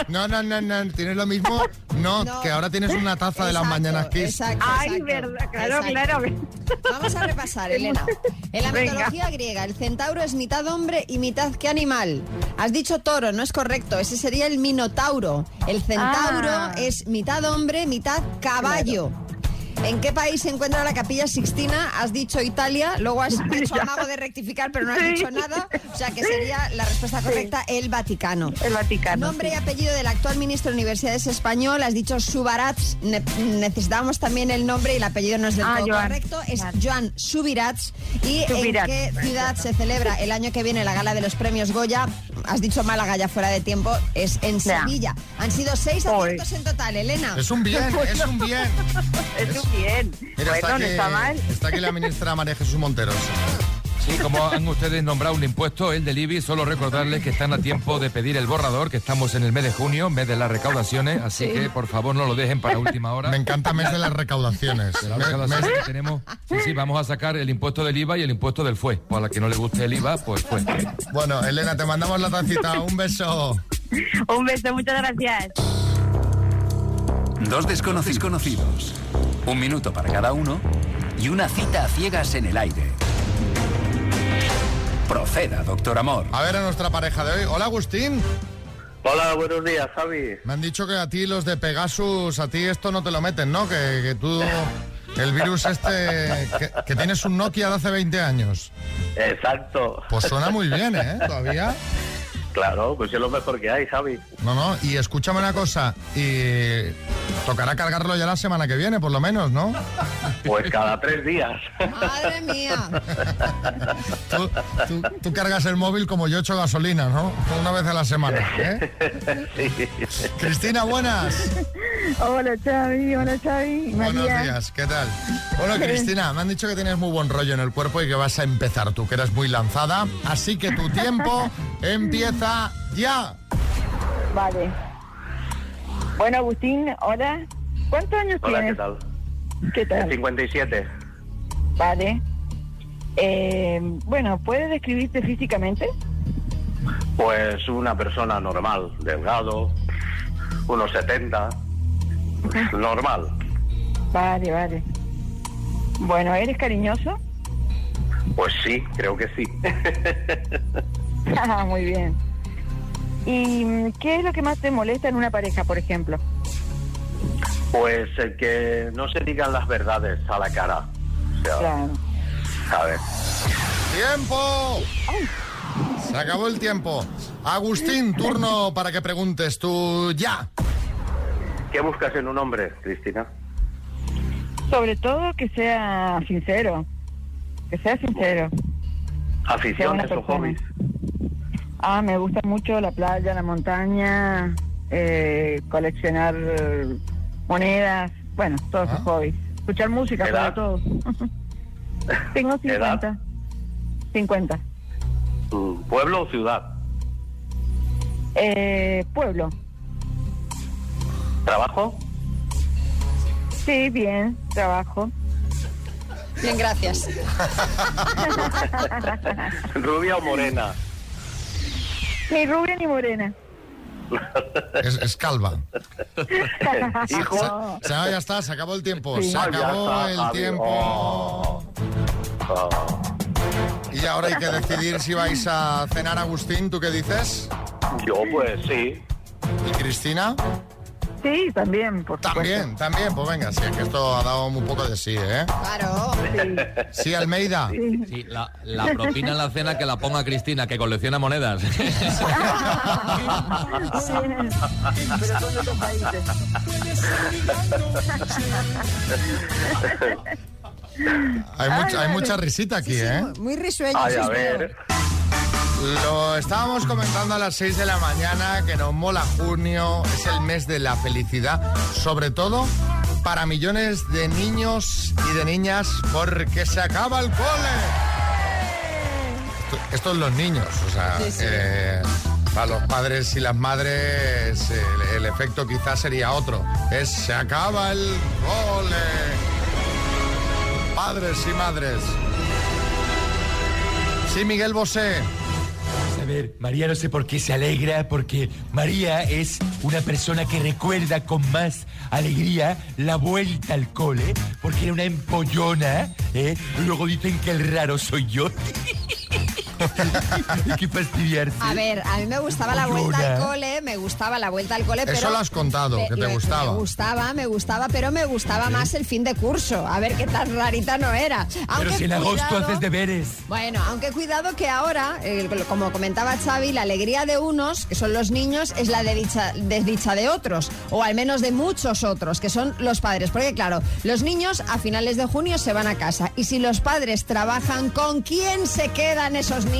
Speaker 1: No, no, no, no, tienes lo mismo. No, que ahora tienes una taza de las mañanas kiss.
Speaker 16: Ay, verdad, claro,
Speaker 2: exacto.
Speaker 16: claro.
Speaker 2: Vamos a repasar, Elena. En la
Speaker 16: Venga.
Speaker 2: mitología griega, el centauro es mitad hombre y mitad qué animal. Has dicho toro, no es correcto. Ese sería el minotauro. El centauro
Speaker 16: Ah.
Speaker 2: es mitad hombre, mitad caballo. ¿En qué país se encuentra la Capilla Sixtina? Has dicho Italia, luego has hecho amago de rectificar, pero no has
Speaker 16: Sí.
Speaker 2: dicho nada. O sea que sería la respuesta correcta el Vaticano.
Speaker 16: El Vaticano.
Speaker 2: Nombre y
Speaker 16: sí.
Speaker 2: apellido del actual ministro de Universidades español, has dicho Subarats, ne- necesitamos también el nombre y el apellido no es del
Speaker 16: Ah,
Speaker 2: todo
Speaker 16: Joan.
Speaker 2: correcto, es
Speaker 16: Vale.
Speaker 2: Joan Subirats. ¿Y
Speaker 16: Subirats.
Speaker 2: en qué ciudad se celebra el año que viene la gala de los premios Goya? Has dicho Málaga ya fuera de tiempo, es en
Speaker 16: Ya.
Speaker 2: Sevilla. Han sido seis
Speaker 16: Joder.
Speaker 2: aciertos en total, Elena.
Speaker 1: Es un bien, es un bien.
Speaker 16: Es un bien.
Speaker 1: Mira,
Speaker 16: bueno,
Speaker 1: está,
Speaker 16: no
Speaker 1: que,
Speaker 16: está mal.
Speaker 1: está aquí la ministra María Jesús Monteros.
Speaker 5: Sí, como han ustedes nombrado un impuesto, el del IBI, solo recordarles que están a tiempo de pedir el borrador, que estamos en el mes de junio, mes de las recaudaciones, así que por favor no lo dejen para última hora.
Speaker 1: Me encanta mes de las recaudaciones.
Speaker 5: De las
Speaker 1: Me-
Speaker 5: recaudaciones
Speaker 1: mes-
Speaker 5: que tenemos, sí, sí, vamos a sacar el impuesto del IVA y el impuesto del FUE. Para la que no le guste el IVA, pues FUE.
Speaker 1: Bueno, Elena, te mandamos la tacita. Un beso.
Speaker 16: Un beso, muchas gracias.
Speaker 17: Dos desconocidos conocidos. Un minuto para cada uno y una cita a ciegas en el aire. Proceda, doctor Amor.
Speaker 1: A ver a nuestra pareja de hoy. Hola, Agustín.
Speaker 11: Hola, buenos días, Javi.
Speaker 1: Me han dicho que a ti los de Pegasus, a ti esto no te lo meten, ¿no? Que, que tú... El virus este... Que, que tienes un Nokia de hace 20 años.
Speaker 11: Exacto.
Speaker 1: Pues suena muy bien, ¿eh? Todavía.
Speaker 11: Claro, pues es lo mejor que hay, Javi.
Speaker 1: No, no. Y escúchame una cosa. Y tocará cargarlo ya la semana que viene, por lo menos, ¿no?
Speaker 11: Pues cada tres días.
Speaker 2: Madre mía.
Speaker 1: Tú, tú- tú cargas el móvil como yo echo gasolina, ¿no? Una vez a la semana, ¿eh? Cristina, buenas.
Speaker 18: Hola Xavi, hola Xavi.
Speaker 1: Buenos
Speaker 18: María.
Speaker 1: días, ¿qué tal? Bueno, Cristina, me han dicho que tienes muy buen rollo en el cuerpo y que vas a empezar tú, que eres muy lanzada. Así que tu tiempo empieza ya.
Speaker 18: Vale. Bueno, Agustín, hola. ¿Cuántos años
Speaker 11: Hola, ¿qué
Speaker 18: tienes?
Speaker 11: tal?
Speaker 18: ¿Qué tal?
Speaker 11: 57.
Speaker 18: Vale. Eh, bueno, ¿puedes describirte físicamente?
Speaker 11: Pues una persona normal, delgado, unos 70. Normal.
Speaker 18: Vale, vale. Bueno, ¿eres cariñoso?
Speaker 11: Pues sí, creo que sí.
Speaker 18: Ah, Muy bien. ¿Y mm, qué es lo que más te molesta en una pareja, por ejemplo?
Speaker 11: Pues el que no se digan las verdades a la cara. O sea,
Speaker 18: Claro.
Speaker 11: ¿sabes?
Speaker 1: ¡Tiempo! Se acabó el tiempo. Agustín, turno para que preguntes tú ya.
Speaker 11: ¿Qué buscas en un hombre, Cristina?
Speaker 18: Sobre todo que sea sincero. Que sea sincero.
Speaker 11: ¿Aficiones o hobbies?
Speaker 18: Ah, me gusta mucho la playa, la montaña, eh, coleccionar eh, monedas, bueno, todos esos hobbies. Escuchar música sobre
Speaker 11: ¿Edad?
Speaker 18: todo. Tengo 50. 50.
Speaker 11: Mm, ¿Pueblo o ciudad?
Speaker 18: Eh, pueblo.
Speaker 11: ¿Trabajo?
Speaker 18: Sí, bien, trabajo.
Speaker 2: Bien, gracias.
Speaker 11: ¿Rubia o morena?
Speaker 18: Ni rubia ni morena.
Speaker 1: Es, es calva.
Speaker 11: ¿Hijo?
Speaker 1: Se- se- ya está, se acabó el tiempo. Pues,
Speaker 11: Sí.
Speaker 1: Se
Speaker 11: Ah, ya
Speaker 1: acabó
Speaker 11: está,
Speaker 1: el
Speaker 11: Javi. Oh.
Speaker 1: tiempo. Y ahora hay que decidir si vais a cenar, Agustín. ¿Tú qué dices?
Speaker 11: Yo, pues sí.
Speaker 1: ¿Y Cristina?
Speaker 18: Sí, también, por
Speaker 1: También, también. Pues venga, sí, es que esto ha dado un poco de sí, ¿eh?
Speaker 2: Claro.
Speaker 1: Sí, Almeida.
Speaker 15: Sí, la, la propina en la cena que la ponga Cristina, que colecciona monedas.
Speaker 18: Pero son de otros países.
Speaker 1: Hay, mucha- hay mucha risita aquí, ¿eh?
Speaker 2: Muy risueño.
Speaker 1: Ay,
Speaker 2: sí,
Speaker 1: a
Speaker 2: es
Speaker 1: ver.
Speaker 2: verdad.
Speaker 1: Lo estábamos comentando a las 6 de la mañana, que nos mola junio, es el mes de la felicidad, sobre todo para millones de niños y de niñas, porque se acaba el cole. Esto, esto es los niños, o sea,
Speaker 10: Sí, sí.
Speaker 1: eh, para los padres y las madres eh, el, el efecto quizás sería otro, es se acaba el cole. Padres y madres. Sí, Miguel Bosé.
Speaker 5: Se
Speaker 19: a ver, María no sé por qué se alegra, porque María es una persona que recuerda con más alegría la vuelta al cole, porque era una empollona, ¿eh? Luego dicen que el raro soy yo. Hay que fastidiarse.
Speaker 2: A ver, a mí me gustaba la vuelta al
Speaker 19: Hola.
Speaker 2: cole, me gustaba la vuelta al cole, pero...
Speaker 1: ¿eh? Eso lo has contado,
Speaker 2: Me-
Speaker 1: que te
Speaker 2: me-
Speaker 1: gustaba.
Speaker 2: Me gustaba, me gustaba, pero me gustaba más el fin de curso. A ver qué tan rarita no era. Aunque
Speaker 19: Pero si en agosto
Speaker 2: cuidado-
Speaker 19: haces deberes.
Speaker 2: Bueno, aunque cuidado que ahora, eh, como comentaba Xavi, la alegría de unos, que son los niños, es la de dicha- desdicha de otros, o al menos de muchos otros, que son los padres. Porque claro, los niños a finales de junio se van a casa. Y si los padres trabajan, ¿con quién se quedan esos niños?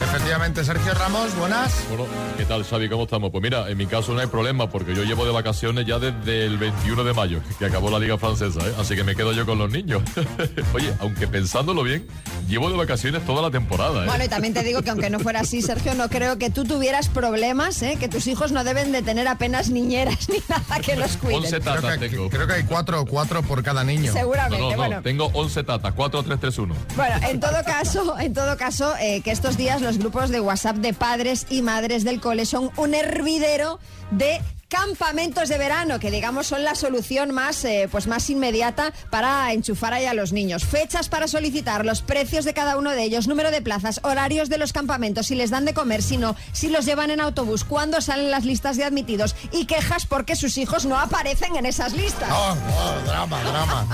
Speaker 1: Efectivamente, Sergio Ramos, buenas.
Speaker 15: Bueno, ¿qué tal, Xavi? ¿Cómo estamos? Pues mira, en mi caso no hay problema porque yo llevo de vacaciones ya desde el 21 de mayo, que acabó la Liga Francesa, ¿eh? Así que me quedo yo con los niños. Oye, aunque pensándolo bien, llevo de vacaciones toda la temporada, ¿eh?
Speaker 2: Bueno, y también te digo que aunque no fuera así, Sergio, no creo que tú tuvieras problemas, ¿eh? que tus hijos no deben de tener apenas niñeras ni nada que los cuiden.
Speaker 1: creo, que, creo que hay cuatro, cuatro por cada niño.
Speaker 2: Seguramente,
Speaker 15: No, no, no,
Speaker 2: bueno.
Speaker 15: tengo 11 tatas, 4, 3, 3, 1.
Speaker 2: Bueno, en todo caso, en todo caso, eh, que estos días los grupos de WhatsApp de padres y madres del cole son un hervidero de campamentos de verano, que digamos son la solución más, eh, pues más inmediata para enchufar ahí a los niños. Fechas para solicitar, los precios de cada uno de ellos, número de plazas, horarios de los campamentos, si les dan de comer, si no, si los llevan en autobús, cuándo salen las listas de admitidos y quejas porque sus hijos no aparecen en esas listas.
Speaker 1: No, no, Oh, drama, drama.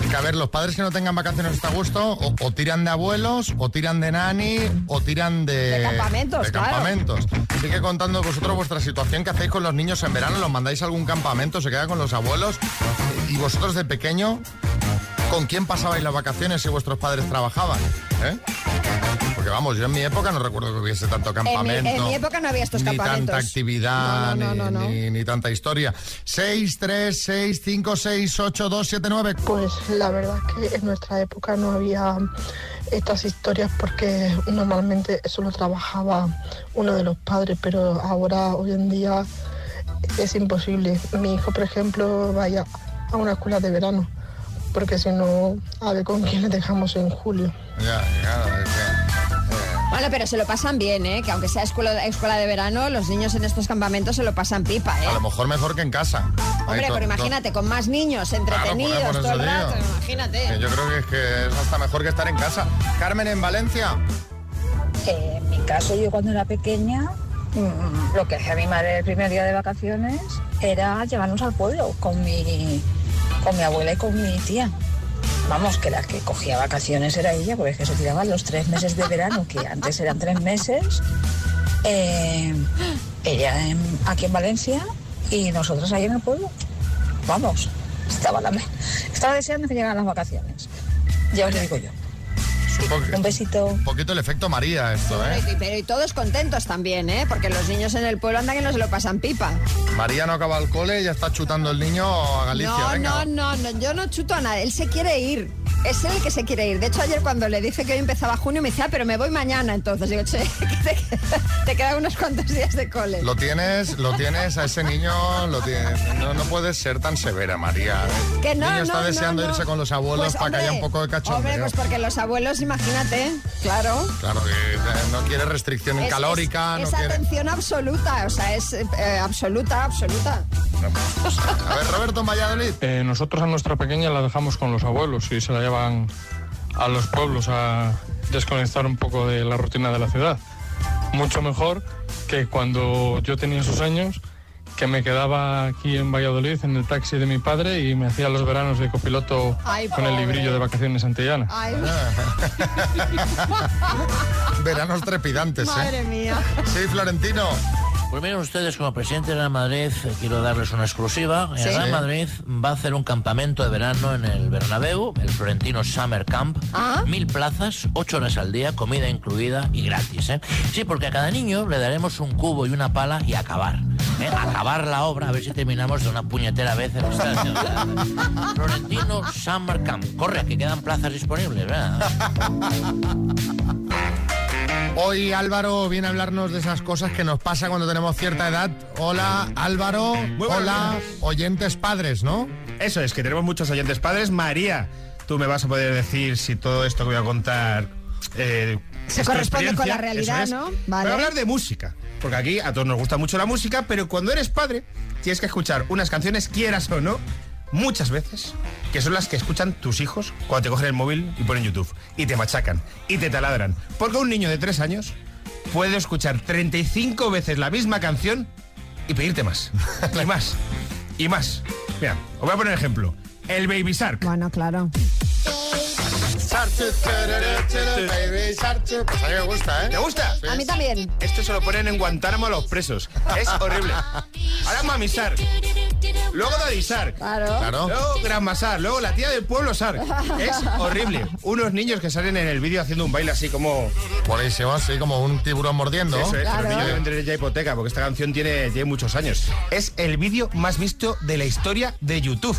Speaker 1: Es que a ver, los padres que no tengan vacaciones está a gusto, o, o tiran de abuelos, o tiran de nani, o tiran de...
Speaker 2: De campamentos,
Speaker 1: de
Speaker 2: claro.
Speaker 1: campamentos. Así que contando vosotros vuestra situación, ¿qué hacéis con los niños en verano? ¿Los mandáis a algún campamento? ¿Se quedan con los abuelos? ¿Y vosotros de pequeño, con quién pasabais las vacaciones si vuestros padres trabajaban? ¿Eh? Porque vamos, yo en mi época no recuerdo que hubiese tanto
Speaker 2: mi- en
Speaker 1: campamento.
Speaker 2: mi época no había estos
Speaker 1: ni
Speaker 2: campamentos.
Speaker 1: tanta actividad,
Speaker 2: No,
Speaker 1: ni-
Speaker 2: no, no, no, no.
Speaker 1: Ni, ni tanta historia. 6, 3, 6, 5, 6, 8, 2, 7, 9.
Speaker 20: Pues la verdad es que en nuestra época no había estas historias porque normalmente eso lo trabajaba uno de los padres, pero ahora, hoy en día, es imposible. Mi hijo, por ejemplo, vaya a una escuela de verano, porque si no, a ver con quién le dejamos en julio.
Speaker 1: Ya, ya,
Speaker 2: Bueno, pero se lo pasan bien, ¿eh? Que aunque sea escuela, escuela de verano, los niños en estos campamentos se lo pasan pipa, ¿eh?
Speaker 1: A lo mejor mejor que en casa. Ahí
Speaker 2: Hombre,
Speaker 1: to-
Speaker 2: pero
Speaker 1: to-
Speaker 2: imagínate, con más niños entretenidos
Speaker 1: Claro, por- por
Speaker 2: todo el
Speaker 1: eso
Speaker 2: rato,
Speaker 1: digo.
Speaker 2: imagínate.
Speaker 1: que Yo creo que es, que es hasta mejor que estar en casa. Carmen en Valencia.
Speaker 21: Eh, en mi caso, yo cuando era pequeña, mm, lo que hacía mi madre el primer día de vacaciones era llevarnos al pueblo con mi, con mi abuela y con mi tía. Vamos, que la que cogía vacaciones era ella, porque es que se tiraban los tres meses de verano, que antes eran tres meses. eh, ella en- aquí en Valencia y nosotros ahí en el pueblo. Vamos, estaba, la, estaba deseando que llegaran las vacaciones. Ya os lo digo yo.
Speaker 1: Un
Speaker 21: besito.
Speaker 1: Un poquito el efecto María esto, ¿eh?
Speaker 2: Pero y- Pero y todos contentos también, ¿eh? Porque los niños en el pueblo andan que no se lo pasan pipa.
Speaker 1: María no acaba el cole, ya está chutando el niño a Galicia.
Speaker 2: no,
Speaker 1: venga.
Speaker 2: no, no, no, yo no chuto a nadie. Él se quiere ir. Es él el que se quiere ir. De hecho, ayer cuando le dije que hoy empezaba junio, me decía, "Ah, pero me voy mañana. Entonces digo, che, que te, te quedan unos cuantos días de cole.
Speaker 1: Lo tienes, lo tienes a ese niño, lo tienes. No, no puedes ser tan severa, María.
Speaker 2: Que no,
Speaker 1: el niño está
Speaker 2: no, no,
Speaker 1: deseando
Speaker 2: no.
Speaker 1: irse con los abuelos
Speaker 2: Pues,
Speaker 1: para que haya un
Speaker 2: hombre,
Speaker 1: poco de
Speaker 2: Hombre,
Speaker 1: cachondeo.
Speaker 2: pues porque los abuelos, imagínate, claro.
Speaker 1: Claro que eh, no quiere restricción
Speaker 2: Es-
Speaker 1: calórica,
Speaker 2: es, es
Speaker 1: no quiere.
Speaker 2: atención absoluta, o sea, es eh, absoluta, absoluta.
Speaker 1: pues, A ver, Roberto en Valladolid.
Speaker 22: Eh, nosotros a nuestra pequeña la dejamos con los abuelos y se la llevan a los pueblos a desconectar un poco de la rutina de la ciudad. Mucho mejor que cuando yo tenía esos años, que me quedaba aquí en Valladolid en el taxi de mi padre y me hacía los veranos de copiloto
Speaker 2: Ay,
Speaker 22: con el
Speaker 2: pobre. Ah.
Speaker 22: librillo de vacaciones antillana.
Speaker 2: Ay,
Speaker 1: Veranos trepidantes, ¿eh?
Speaker 2: madre mía.
Speaker 1: Sí, Florentino.
Speaker 23: Pues miren ustedes, como presidente de Real Madrid, eh, quiero darles una exclusiva. El
Speaker 1: Sí.
Speaker 23: Real
Speaker 1: Sí.
Speaker 23: Madrid va a hacer un campamento de verano en el Bernabéu, el Florentino Summer Camp.
Speaker 2: Ah.
Speaker 23: Mil plazas, ocho horas al día, comida incluida y gratis. ¿eh? Sí, porque a cada niño le daremos un cubo y una pala y acabar. ¿eh? Acabar la obra, a ver si terminamos de una puñetera vez el estadio. Florentino Summer Camp. Corre, que quedan plazas disponibles, ¿verdad?
Speaker 1: Hoy Álvaro viene a hablarnos de esas cosas que nos pasa cuando tenemos cierta edad. Hola, Álvaro. Hola, oyentes padres, ¿no?
Speaker 24: Eso es, que tenemos muchos oyentes padres. María, tú me vas a poder decir si todo esto que voy a contar
Speaker 25: eh,
Speaker 2: Se
Speaker 25: es tu
Speaker 2: corresponde con la
Speaker 25: experiencia, eso
Speaker 2: realidad,
Speaker 25: es.
Speaker 2: ¿no?
Speaker 25: Voy
Speaker 2: Vale.
Speaker 25: a hablar de música, porque aquí a todos nos gusta mucho la música, pero cuando eres padre tienes que escuchar unas canciones, quieras o no, muchas veces, que son las que escuchan tus hijos cuando te cogen el móvil y ponen YouTube, y te machacan, y te taladran. Porque un niño de tres años puede escuchar 35 veces la misma canción y pedirte más, y más, y más. Mira, os voy a poner ejemplo. El Baby Shark.
Speaker 2: Bueno, claro.
Speaker 25: Pues a mí me gusta, ¿eh? ¿Te gusta?
Speaker 2: A mí también.
Speaker 25: Esto Este se lo ponen en Guantánamo a los presos. Es horrible. Ahora Mami Shark. Luego Daddy Shark.
Speaker 2: Claro.
Speaker 1: Claro.
Speaker 25: Luego Grandma Shark. Luego la tía del pueblo Shark. Es horrible. Unos niños que salen en el vídeo haciendo un baile así como...
Speaker 1: Buenísimo, así como un tiburón mordiendo.
Speaker 25: Eso es,
Speaker 1: Claro.
Speaker 25: los niños deben tener ya hipoteca porque esta canción tiene, tiene muchos años. Es el vídeo más visto de la historia de YouTube.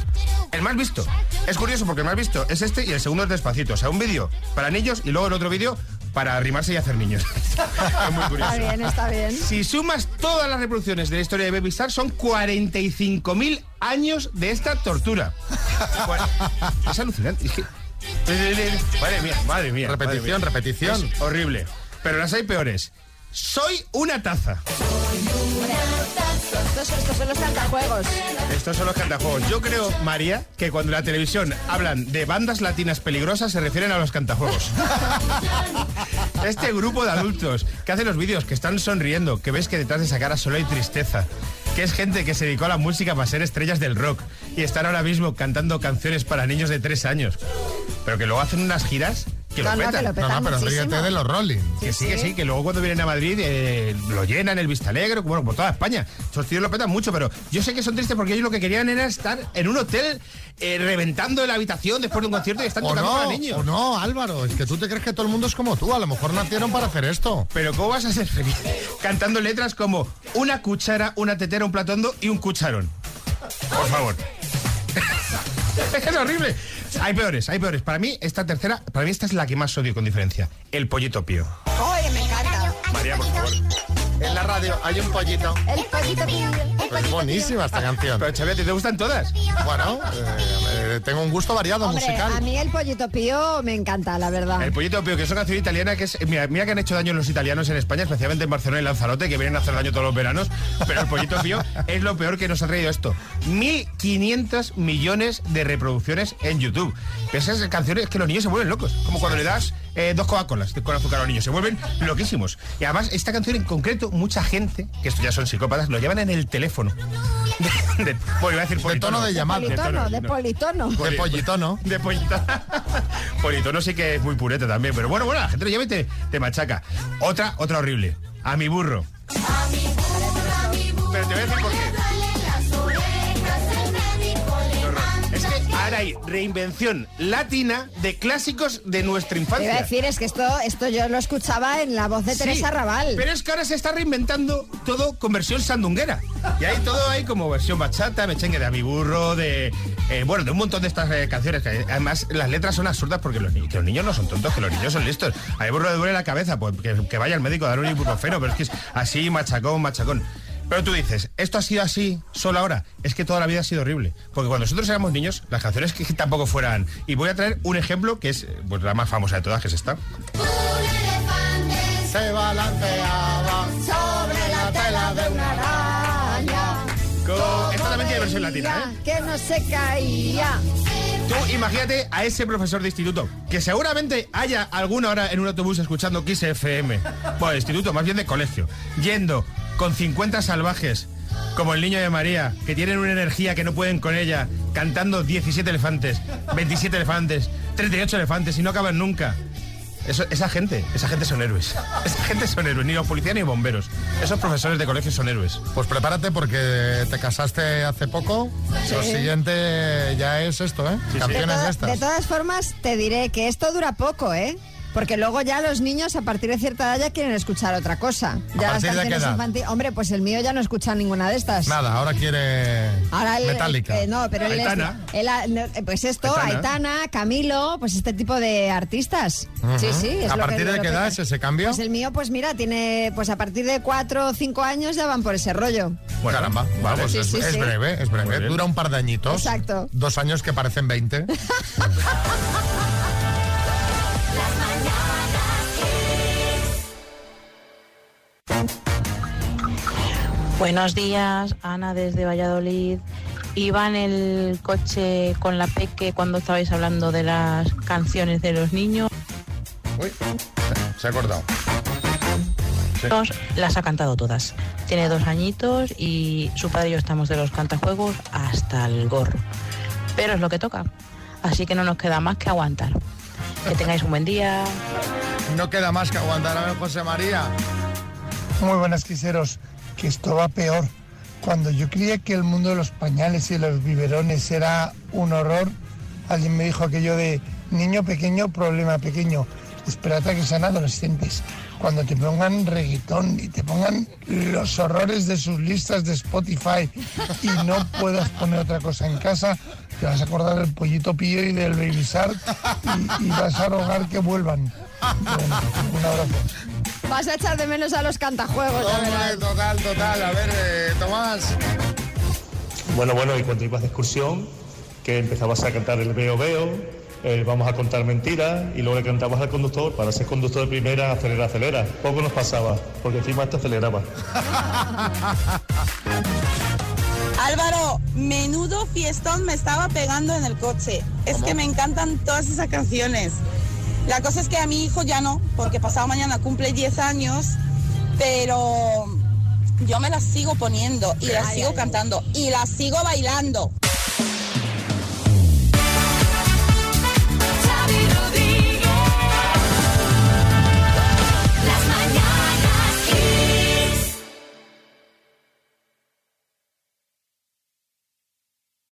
Speaker 25: El más visto. Es curioso porque el más visto es este y el segundo es despacito. O sea, un vídeo para niños y luego el otro vídeo para arrimarse y hacer niños. es muy curioso.
Speaker 2: Está bien, está bien.
Speaker 25: Si sumas todas las reproducciones de la historia de Baby Star, son 45.000 años de esta tortura. Cua- es alucinante. es que- Madre mía, madre mía.
Speaker 1: Repetición, repetición.
Speaker 25: Es horrible. Pero las hay peores. Soy una taza.
Speaker 2: Estos, estos son los cantajuegos.
Speaker 25: Estos son los cantajuegos. Yo creo, María, que cuando en la televisión hablan de bandas latinas peligrosas se refieren a los cantajuegos. Este grupo de adultos que hacen los vídeos, que están sonriendo, que ves que detrás de esa cara solo hay tristeza, que es gente que se dedicó a la música para ser estrellas del rock y están ahora mismo cantando canciones para niños de tres años, pero que luego hacen unas giras que lo
Speaker 2: No, no, que
Speaker 25: petan.
Speaker 2: lo petan No, no, pero muchísimo. ríete de los
Speaker 1: Rolling.
Speaker 25: Que
Speaker 2: Sí,
Speaker 25: sí, que
Speaker 2: sí.
Speaker 25: sí, que luego cuando vienen a Madrid eh, lo llenan el Vistalegre, bueno, por toda España. Esos tíos lo petan mucho, pero yo sé que son tristes porque ellos lo que querían era estar en un hotel eh, reventando la habitación después de un concierto y están
Speaker 1: O
Speaker 25: tocando
Speaker 1: no,
Speaker 25: para niños.
Speaker 1: o no, Álvaro, es que tú te crees que todo el mundo es como tú, a lo mejor nacieron para hacer esto.
Speaker 25: Pero ¿cómo vas a ser feliz cantando letras como una cuchara, una tetera, un plato hondo y un cucharón? Por favor. es que es horrible. Hay peores, hay peores. Para mí, esta tercera, para mí esta es la que más odio con diferencia. El pollito pío.
Speaker 2: Oye, me encanta.
Speaker 25: María, por favor.
Speaker 1: En la radio hay un pollito.
Speaker 2: El pollito mío.
Speaker 1: Es buenísima esta canción.
Speaker 25: Pero Xavier, ¿te gustan todas?
Speaker 1: Bueno, eh, eh, tengo un gusto variado
Speaker 2: Hombre,
Speaker 1: musical.
Speaker 2: a mí el pollito pío me encanta, la verdad.
Speaker 25: El pollito pío, que es una canción italiana que es. Mira, mira que han hecho daño los italianos en España, especialmente en Barcelona y Lanzarote, que vienen a hacer daño todos los veranos. Pero el pollito pío es lo peor que nos ha traído esto. 1.500 millones de reproducciones en YouTube. Esas canciones que los niños se vuelven locos. Como cuando le das eh, dos Coca-Colas con azúcar a los niños. Se vuelven loquísimos. Y además, esta canción en concreto, mucha gente, que esto ya son psicópatas, lo llevan en el teléfono. De, de- bueno, iba a decir
Speaker 1: De tono de llamada.
Speaker 2: Politono, de politono.
Speaker 1: De pollitono.
Speaker 25: de pollitono. Politono sí que es muy pureta también, pero bueno, bueno, la gente lo lleva y te, te machaca. Otra, otra horrible. A mi burro. Pero te voy a decir por qué. Es que ahora hay reinvención latina de clásicos de nuestra
Speaker 2: Te iba a
Speaker 25: infancia.
Speaker 2: decir, es que esto, esto yo lo escuchaba en la voz de
Speaker 25: Sí,
Speaker 2: Teresa Raval.
Speaker 25: Pero es que ahora se está reinventando todo con versión sandunguera. Y ahí todo hay como versión bachata, mechengue de a mi burro, de. eh, bueno, de un montón de estas eh, canciones que eh, además las letras son absurdas porque los, ni- que los niños no son tontos, que los niños son listos. A mi burro le duele la cabeza, pues que, que vaya al médico a dar un ibuprofeno, pero es que es así, machacón, machacón. Pero tú dices, esto ha sido así solo ahora. Es que toda la vida ha sido horrible. Porque cuando nosotros éramos niños, las canciones que tampoco fueran. Y voy a traer un ejemplo que es eh, pues, la más famosa de todas, que es esta.
Speaker 1: Se balanceaba
Speaker 2: sobre la tela de una araña.
Speaker 25: Esta también tiene versión latina, ¿eh?
Speaker 2: Que no se caía.
Speaker 25: Tú imagínate a ese profesor de instituto, que seguramente haya alguna hora en un autobús escuchando Kiss FM. Bueno, instituto, más bien de colegio. Yendo con 50 salvajes, como el niño de María, que tienen una energía que no pueden con ella, cantando 17 elefantes, 27 elefantes, 38 elefantes y no acaban nunca. Eso- esa gente, esa gente son héroes. Esa gente son héroes, ni los policías ni los bomberos. Esos profesores de colegio son héroes.
Speaker 1: Pues prepárate porque Eh, te casaste hace poco.
Speaker 2: Sí.
Speaker 1: Lo siguiente ya es esto, ¿eh?
Speaker 2: De,
Speaker 1: Canciones
Speaker 2: toda-
Speaker 1: de
Speaker 2: de
Speaker 1: estas.
Speaker 2: todas formas, te diré que esto dura poco, ¿eh? Porque luego ya los niños a partir de cierta edad ya quieren escuchar otra cosa.
Speaker 1: ¿A
Speaker 2: Ya las
Speaker 1: partir de qué
Speaker 2: canciones
Speaker 1: edad?
Speaker 2: infantiles. Hombre, pues el mío ya no escucha ninguna de estas.
Speaker 1: Nada, ahora quiere
Speaker 2: Ahora él-
Speaker 1: Metallica.
Speaker 2: eh, no, pero él es-
Speaker 1: Aitana.
Speaker 2: él ha- no, eh, pues esto,
Speaker 1: Aitana.
Speaker 2: Aitana, Camilo, pues este tipo de artistas.
Speaker 1: Ujú.
Speaker 2: Sí, sí. es
Speaker 1: ¿A
Speaker 2: lo que-
Speaker 1: partir
Speaker 2: lo
Speaker 1: de qué
Speaker 2: que-
Speaker 1: edad es ese cambio?
Speaker 2: Pues el mío, pues mira, tiene, pues a partir de cuatro o cinco años ya van por ese rollo.
Speaker 1: Bueno, Caramba, vale, pues
Speaker 2: Sí,
Speaker 1: es,
Speaker 2: sí,
Speaker 1: es
Speaker 2: sí.
Speaker 1: breve, es breve. Dura un par de añitos.
Speaker 2: Exacto.
Speaker 1: Dos años que parecen 20.
Speaker 24: Buenos días, Ana desde Valladolid. Iba en el coche con la Peque cuando estabais hablando de las canciones de los niños.
Speaker 26: Uy, se ha cortado. Sí.
Speaker 24: Las ha cantado todas. Tiene dos añitos y su padre y yo estamos de los cantajuegos hasta el gorro. Pero es lo que toca. Así que no nos queda más que aguantar. Que tengáis un buen día.
Speaker 26: No queda más que aguantar a ver, José María.
Speaker 1: Muy buenas, quiseros. Que esto va peor. Cuando yo creía que el mundo de los pañales y los biberones era un horror, alguien me dijo aquello de niño pequeño, problema pequeño. Espérate a que sean adolescentes. Cuando te pongan reggaetón y te pongan los horrores de sus listas de Spotify y no puedas poner otra cosa en casa, te vas a acordar del pollito pío y del baby shark y, y vas a rogar que vuelvan. Bueno, un abrazo.
Speaker 2: Vas a echar de menos a los cantajuegos, la verdad.
Speaker 26: Hombre, total, total. A ver, eh, Tomás.
Speaker 25: Bueno, bueno, y cuando ibas de excursión, que empezabas a cantar el veo veo, el vamos a contar mentiras, y luego le cantabas al conductor, para ser conductor de primera, acelera, acelera. Poco nos pasaba, porque encima te aceleraba.
Speaker 18: Álvaro, menudo fiestón me estaba pegando en el coche. Es que me encantan todas esas canciones. La cosa es que a mi hijo ya no, porque pasado mañana cumple 10 años, pero yo me las sigo poniendo y las sigo cantando y las sigo bailando.
Speaker 27: Xavi Rodríguez.